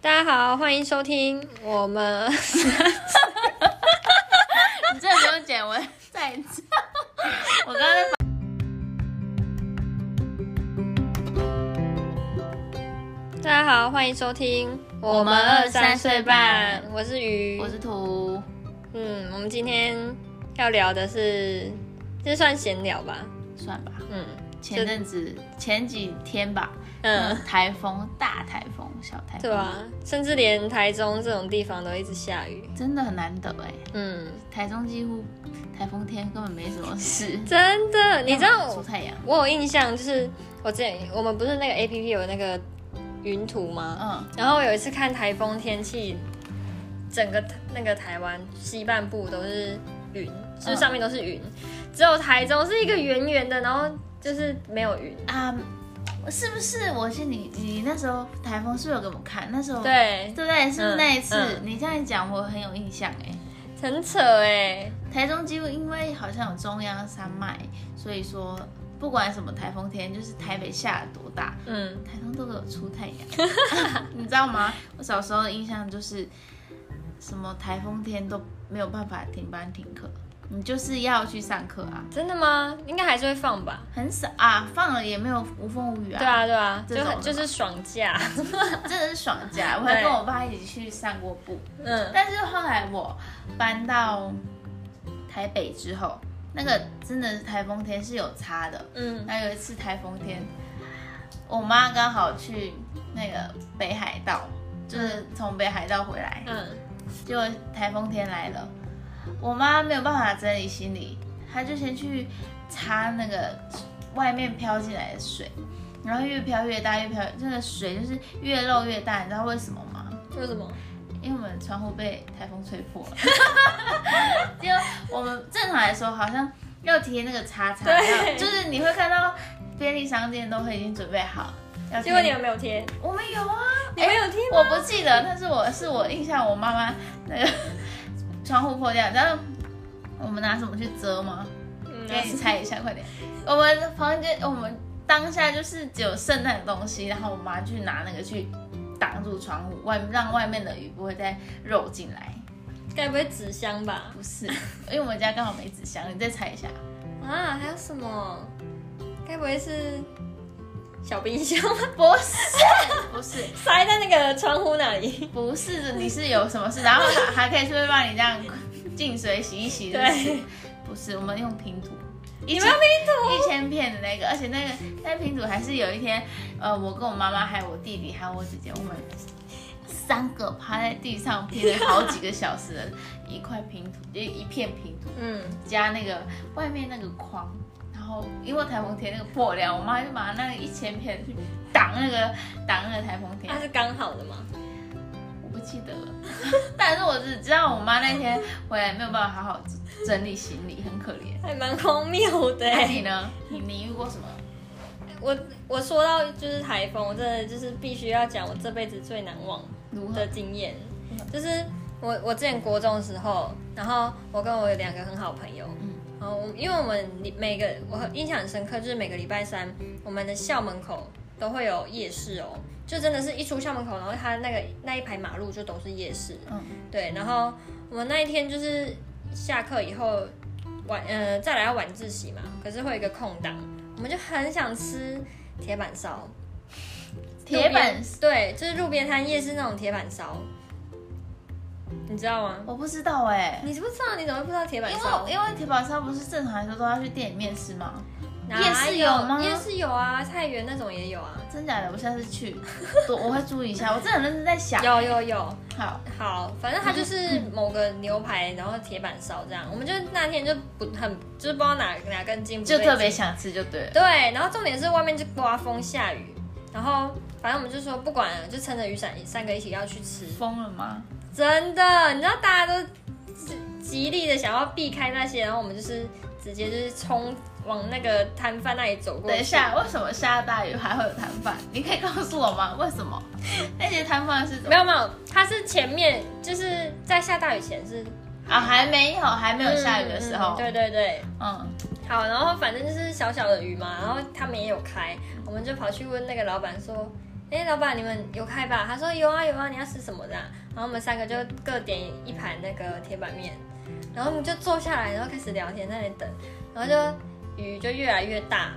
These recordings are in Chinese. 大家好，欢迎收听我 们你真的不用剪，我再一次。 我刚刚在把大家好，欢迎收听我们二23岁半我是鱼，我是图，嗯，我们今天要聊的是，这算闲聊吧，算吧。嗯前阵子前几天吧，嗯，台风大台风小台风，对啊，甚至连台中这种地方都一直下雨，真的很难得哎。嗯，台中几乎台风天根本没什么事，真的，你知道出我太阳，我有印象，就是我之前我们不是那个 A P P 有那个云图吗？嗯，然后有一次看台风天气，整个那个台湾西半部都是云，就是上面都是云，只有台中是一个圆圆的，然后就是没有云。啊，是不是？我记得你你那时候台风是不是有给我们看？那时哦候对，对不对？是不是那一次？嗯你这样一讲，我很有印象哎。很扯哎、台中几乎因为好像有中央山脉，所以说不管什么台风天，就是台北下多大，嗯，台中都有出太阳，你知道吗？我小时候的印象就是什么台风天都没有办法停班停课，你就是要去上课啊，真的吗？应该还是会放吧。很少啊，放了也没有无风无雨啊，对，啊，对啊，这种的就吧就是爽假。真的是爽假。我还对跟我爸一起去散过步，嗯，但是后来我搬到台北之后，那个真的是台风天是有差的。嗯，那有一次台风天，我妈刚好去那个北海道，就是从北海道回来，嗯，结果台风天来了，我妈没有办法整理行李，她就先去擦那个外面飘进来的水，然后越飘越大，越飘那个水就是越漏越大，你知道为什么吗？为什么？因为我们窗户被台风吹破了， 就我们正常来说好像要贴那个叉叉，对要就是你会看到便利商店都会已经准备好，要结贴果你有没有贴？我们有啊，你没有贴吗？我不记得，但是我是我印象我妈妈那个 窗户破掉，然后我们拿什么去遮吗？嗯给哎你猜一下，快点！我们房间，我们当下就是只有剩那的东西，然后我妈去拿那个去挡住窗户，外让外面的雨不会再漏进来。该不会纸箱吧？不是，因为我们家刚好没纸箱，你再猜一下。啊，还有什么？该不会是小冰箱吧？不是，不是，塞在那个窗户那 里。不是，你是有什么事？然后还还可以顺便帮你这样进水洗一洗，是不是对？不是，我们用拼图。你你们要拼图？一千片的那个，而且那个那拼图还是有一天，呃，我跟我妈妈还有我弟弟还有我姐姐，我们三个趴在地上拼了好几个小时的一块拼图，就一片拼图嗯，加那个外面那个框，然后因为台风天那个破掉，我妈就把那个一千片去挡那个挡那个台风天它，是刚好的吗？我不记得了，但是我只知道我妈那天回来没有办法好好整整理行李，很可怜。还蛮荒谬的那欸。你呢？你你遇过什么？我我说到就是台风，我真的就是必须要讲我这辈子最难忘如何的？经验，就是我我之前国中的时候，然后我跟我有两个很好朋友，嗯然后我因为我们礼每个我很印象很深刻，就是每个礼拜三我们的校门口都会有夜市哦，就真的是一出校门口，然后它那个那一排马路就都是夜市，嗯。对，然后我们那一天就是下课以后晚，呃，再来要晚自习嘛，可是会有一个空档，我们就很想吃铁板烧，铁板路边对，就是路边摊夜市那种铁板烧，你知道吗？我不知道哎、你知不知道？你怎么会不知道铁板因烧为？因为铁板烧不是正常来说都要去店里面吃吗？哪夜市有吗夜市有啊，菜园那种也有啊，真假的，我下次去，我我会注意一下。我真的很认真在想。有有有。好，好，反正它就是某个牛排，然后铁板烧这样。我们就那天就不很，就是不知道哪哪根筋不就对特劲别想吃就对了。对，然后重点是外面就刮风下雨，然后反正我们就说不管了，就撑着雨伞三个一起要去吃。疯了吗？真的，你知道大家都极极力的想要避开那些，然后我们就是直接就是冲往那个摊贩那里走过去。等一，下，为什么下大雨还会有摊贩？你可以告诉我吗？为什么？那些摊贩是怎没么？有没有，它是前面就是在下大雨前是啊，还没有，还没有下雨的时嗯候嗯。对对对，嗯，好，然后反正就是小小的雨嘛，然后他们也有开，我们就跑去问那个老板说：“哎、哎、老板，你们有开吧？”他说：“有啊，有啊，你要吃什么的啊、然后我们三个就各点一盘那个铁板面，然后我们就坐下来，然后开始聊天，在那里等，然后就雨就越来越大，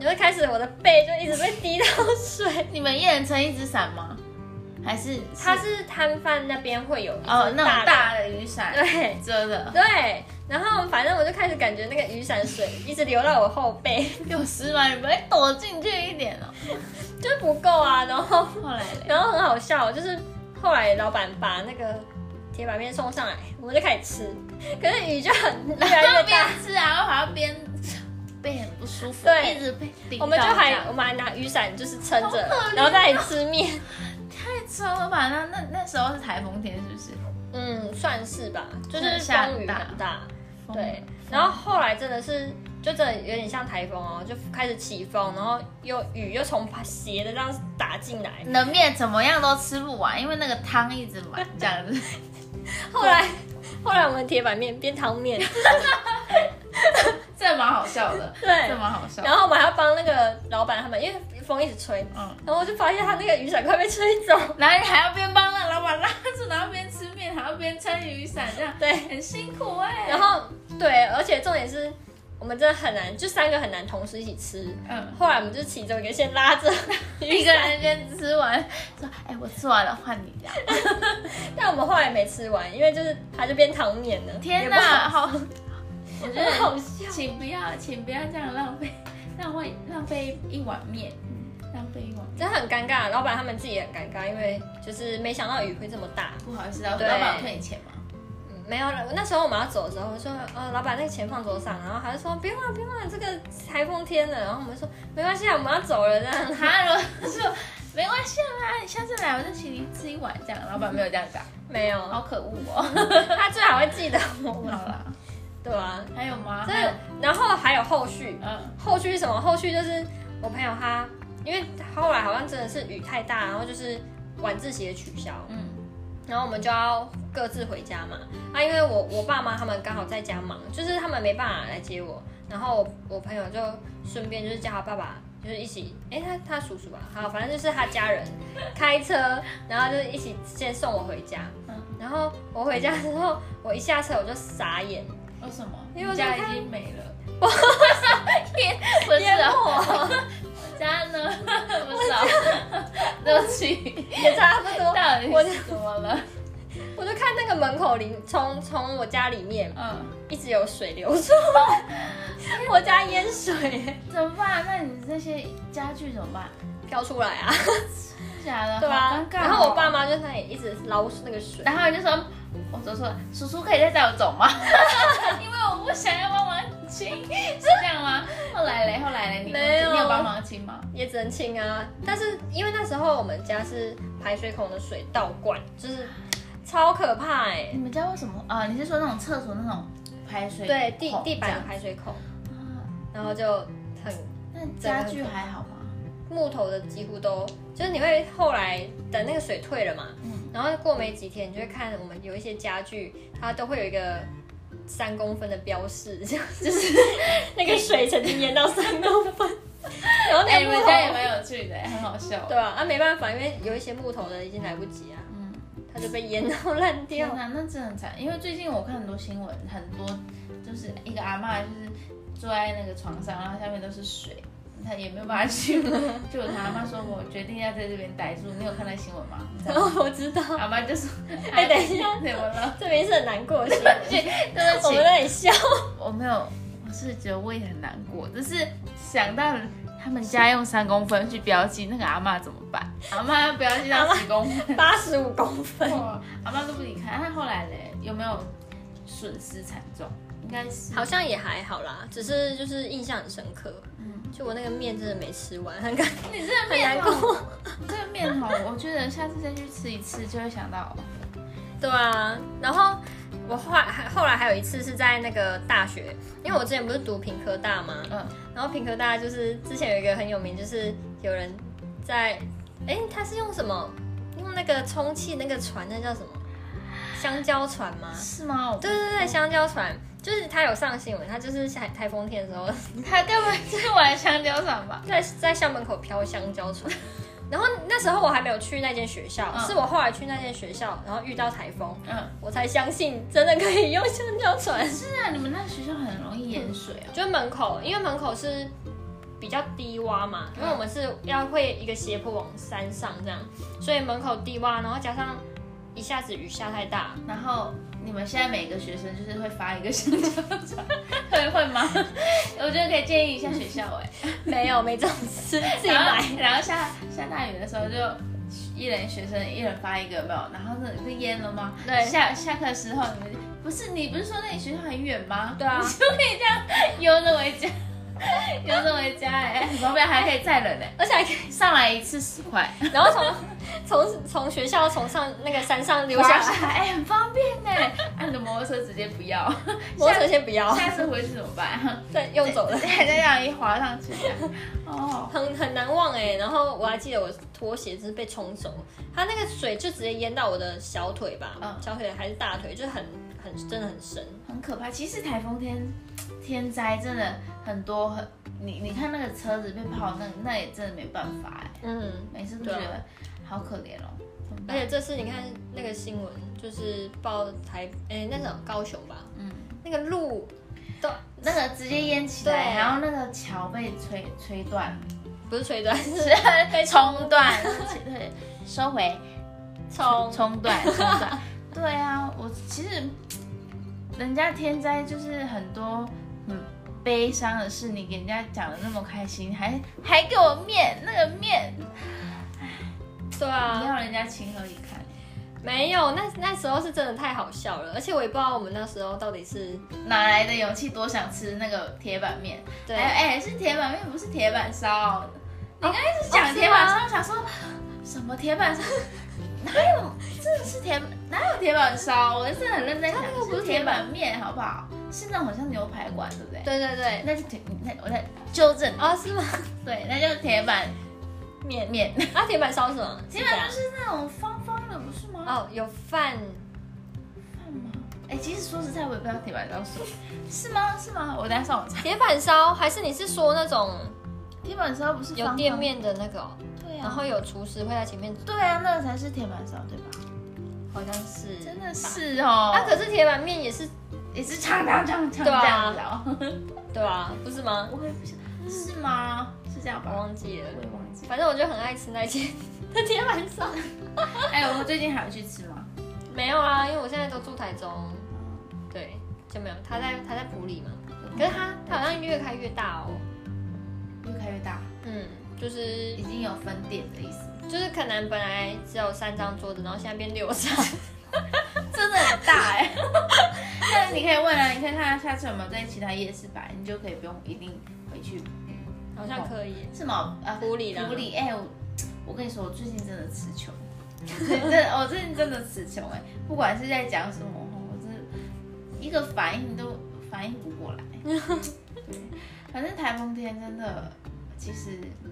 然后开始我的背就一直被 滴到水。嗯你们一人撑一只伞吗？还是它是摊贩那边会有一只哦那种大的的雨伞 对，遮的，对，然后反正我就开始感觉那个雨伞水一直流到我后背，有事吗？你们会躲进去一点哦。就是不够啊。然后，后来嘞，然后很好笑，就是后来老板把那个铁板面送上来，我们就开始吃，可是雨就很 越来越然后大，边吃然后还要边背很不舒服，对一直被顶到我们就这还样我们还拿雨伞就是撑着好可怜，啊然后再吃面。太扯了吧？那那那时候是台风天是不是？嗯，算是吧，就真是的下风雨大很大，风对。然后后来真的是，就真的有点像台风哦，就开始起风，然后又雨又从斜的这样打进来，你的面怎么样都吃不完，因为那个汤一直满这样 子。后来，后来我们铁板面变汤 面，这蛮好笑的，对这蛮好笑的。然后我们还要帮那个老板他们，因为风一直吹，嗯，然后我就发现他那个雨伞快被吹走。 然后你还要边帮那个老板拉住，然后边吃面，还要边撑雨伞，这样对，很辛苦哎、然后对，而且重点是我们真的很难，就三个很难同时一起吃。嗯，后来我们就其中一个先拉着一雨个伞，人先吃完，说：“哎、我吃完了，换你这样。但我们后来没吃完，因为就是它就变汤面了。”天哪，哪，好，我觉真的得好笑。请不要，请不要这样浪费，浪费浪费一碗面，嗯浪费一碗面。真的很尴尬，老板他们自己也很尴尬，因为就是没想到雨会这么大。不好意思，老啊对老板有退你钱吗？嗯没有，那时候我们要走的时候，我说，呃，老板那个钱放桌上，然后他就说不用了，不用了，这个台风天了，然后我们说没关系啊，我们要走了这样。他如果说没关系啦，你下次来我就请你吃一碗这样，老板没有这样讲， 没有，嗯好可恶哦。他最好会记得我好们，啦，对啊，还有吗？这还有，然后还有后续，嗯，后续是什么？后续就是我朋友他，因为后来好像真的是雨太大，然后就是晚自习也取消，嗯，然后我们就要各自回家嘛。啊，因为我我爸妈他们刚好在家忙，就是他们没办法来接我。然后我我朋友就顺便就是叫他爸爸，就是一起，哎，他他叔叔吧，好，反正就是他家人开车，然后就一起先送我回家嗯。然后我回家之后，我一下车我就傻眼，为什么？因为我你家在看已经没 了。不是淹啊， 没，我家呢？不是啊， 对不起，也差不多。到我底是怎么了？我就看那个门口里，从从我家里面嗯，一直有水流出来，我家淹水怎么办？那你这些家具怎么办？飘出来 啊。真的假的？对好啊尴，尬哦然后我爸，妈就在那里一直捞那个水，然后我就说，我就说，叔叔可以再带我走 吗？因为我不想要帮忙亲，是这样吗？后来嘞，后来嘞，你没有你有帮忙亲吗？也只能清啊。但是因为那时候我们家是排水孔的水倒灌，就是超可怕哎、你们家为什么啊？你是说那种厕所那种排水对，地孔地板的这样排水孔，啊？然后就很那家具还好吗？木头的几乎都，就是你会后来等那个水退了嘛，嗯，然后过没几天，你就会看我们有一些家具，它都会有一个三公分的标示， 就就是那个水曾经淹到三公分。 然后那哎、你个们木家也头，蛮有 趣的，很好笑。对啊，啊没办法，因为有一些木头的已经来不及啊，嗯，它就被淹到烂掉天。哪，那真的很惨。因为最近我看很多新闻，很多就是一个阿嬷就是坐在那个床上，然后下面都是水，她也没有办 法去。就我阿妈说，我决定要在这边待住。你有看到新闻吗？ 然后我知道，阿妈就说， 哎等一下怎 么了？这边是很难过的 新闻，对不我们起，在那里笑。我没有，我是觉得我也很难过，就是想到他们家用三公分去标记，那个阿嬷怎么办？阿嬷要标记到十公分。八十五公 分，哇阿妈都不离开。那后来嘞，有没有损失惨重？应该是好像也还好啦，只是就是印象很深刻。嗯就我那个面真的没吃完，很感你这个很难面头，过。这个面头，哦我觉得下次再去吃一次，就会想到 对啊，然后我后来还后来还有一次是在那个大学，因为我之前不是读品科大嘛，嗯然后品科大就是之前有一个很有名，就是有人在，哎，他是用什么？用那个充气那个船，那叫什么？香蕉船吗？是吗？对对对，嗯香蕉船，就是他有上新闻，他就是台台风天的时候， 他根本就是玩香蕉伞吧？在在校门口飘香蕉船，然后那时候我还没有去那间学校，嗯是我后来去那间学校，然后遇到台风，嗯，我才相信真的可以用香蕉船。 是啊，你们那学校很容易淹水哦。就门口，因为门口是比较低洼嘛，因为我们是要会一个斜坡往山上这样，所以门口低洼，然后加上一下子雨下太 大，然后你们现在每个学生就是会发一个香蕉船，会会吗？ 我觉得可以建议一下学校哎、没有没这种事，自己然后买。然后下下大雨的时候就一人学生一人发一个有没有？然后那就淹了吗？对下下课时候你们就不是你不是说那你学校很远吗？对啊你就可以这样悠着回家， 悠着回家哎、你旁边还可以载人呢、而且还可以，上来一次十 块，然后从从从学校从上那个山上溜下滑来，下来哎、很方便呢、 啊，你的摩托车直接不要，摩托车先不要，下次回去怎么办？对，用走了， 再这样一滑上去，哦，很很难忘哎、然后我还记得我拖鞋就是被冲走，它那个水就直接淹到我的小腿吧，嗯小腿还是大腿，就是很很真的很深。很可怕。其实台风天天灾真的很多，很你你看那个车子被泡，那那也真的没办法哎，嗯，每次都对觉啊得好可怜哦。怎么而办且这次你看那个新闻，就是报台诶、那种高雄吧，嗯，那个路都那个直接淹起来，对然后那个桥被吹吹断，不是垂断，是被冲断， 对，收回。冲冲断，冲断。对啊，我其实人家天灾就是很多很悲伤的事，你给人家讲的那么开心，还还给我面那个面，对你啊，要人家情何以堪？没有，那那时候是真的太好笑了，而且我也不知道我们那时候到底是哪来的勇气？多想吃那个铁板面？对还有哎、是铁板面，不是铁板烧。你刚开始哦讲是铁板吗烧，我想说什么铁哦板烧？哪有？真的是铁哪有铁板烧？我真的很认真想，那个不是是铁板面，好不好？是那种好像牛排馆，对不对？对对对，那就铁，那我在纠正，哦是吗？对，那就是铁板面 面，啊铁板烧是什么？基本上是是那种方方的，不是吗怎？样哦有饭，饭吗？哎、其实说实在，我也不知道铁板烧是是吗？是吗？我等一下上网查。铁板烧还是你是说那种铁板烧不是方有方店，面的那个哦、对啊，然后有厨师会在前面，对啊，那个才是铁板烧，对吧？好像是真的是哦，啊，可是铁板面也是也是长长长长这对啊样子哦，对啊，不是吗？我也不想，是吗？是这样我吧？忘记了我。也忘记了。反正我就很爱吃那间那铁板烧。 哎、我们最近还有去吃吗？没有啊，因为我现在都住台中，对，就没有。他在他在普里嘛，可是他他好像越开越大哦。越开越大，嗯，就是已经有分店的意思，就是可能本来只有三张桌子，然后现在变六 张。真的很大 哎、那你可以问啊，你可以看看下次有没有在其他夜市摆，你就可以不用一定回去。好像可以耶。是吗？啊，普里啦普里，哎、我我跟你说，我最近真的词 穷，真的，我最近真的词穷哎，不管是在讲什么，我真的一个反应都反应不过来。 对，反正台风天真的，其实嗯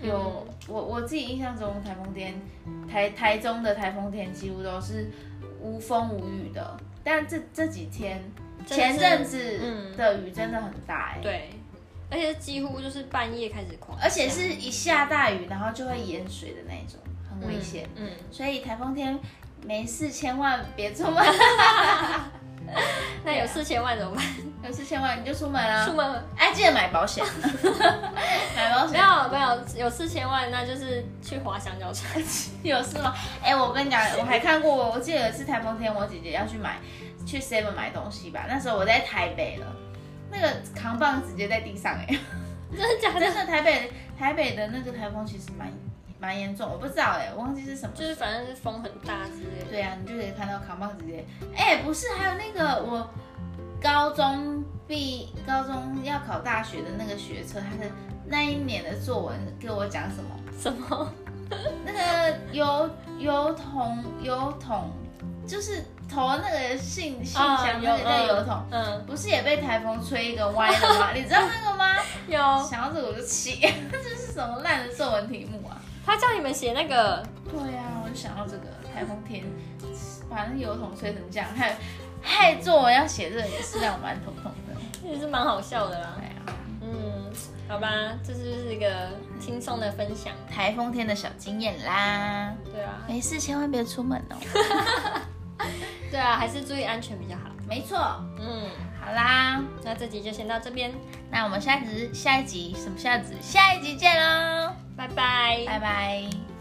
有、我我自己印象中，台风天台台中的台风天几乎都是无风无雨的，但这这几天真的是前阵子嗯的雨真的很大哎、对，而且几乎就是半夜开始狂下，而且是一下大雨，然后就会淹水的那一种，很危险。嗯。所以台风天没事千万别出 门，嗯，那啊有四千万怎么办？有事千万你就出门啊出。门哎、记得买 保险，买保没险有没有有四千万，那就是去滑香蕉船。 有事吗？哎、我跟你讲，我还看过，我记得有一次台风天，我姐姐要去买去 Seven 买东西吧，那时候我在台北了，那个扛棒直接在地上 哎、真的假真的？的台北台北的那个台风其实蛮蛮严重，我不知道哎、我忘记是什么就是反正是风很大之类的。对啊，你就可以看到扛棒直接，哎、不是，还有那个我高中毕高中要考大学的那个学测，他的那一年的作文给我讲什么？什么？那个邮邮筒邮筒，就是投那个信信箱啊那个叫邮筒，嗯，不是也被台风吹一个歪了吗？你知道那个吗？有。想到这个我就气， 这是什么烂的作文题目啊？他叫你们写那个，对呀、我就想到这个台风天，把那油桶吹成这样，害害作文要写这个也是让我蛮头痛的。也是蛮好笑的啦对。啊，嗯，好吧，这就是一个轻松的分享。台风天的小经验啦。对啊，没事，千万别出门哦。对啊，还是注意安全比较好。没错，嗯，好啦，那这集就先到这边，那我们下集下一集什么下集下一集见喽，拜拜，拜拜。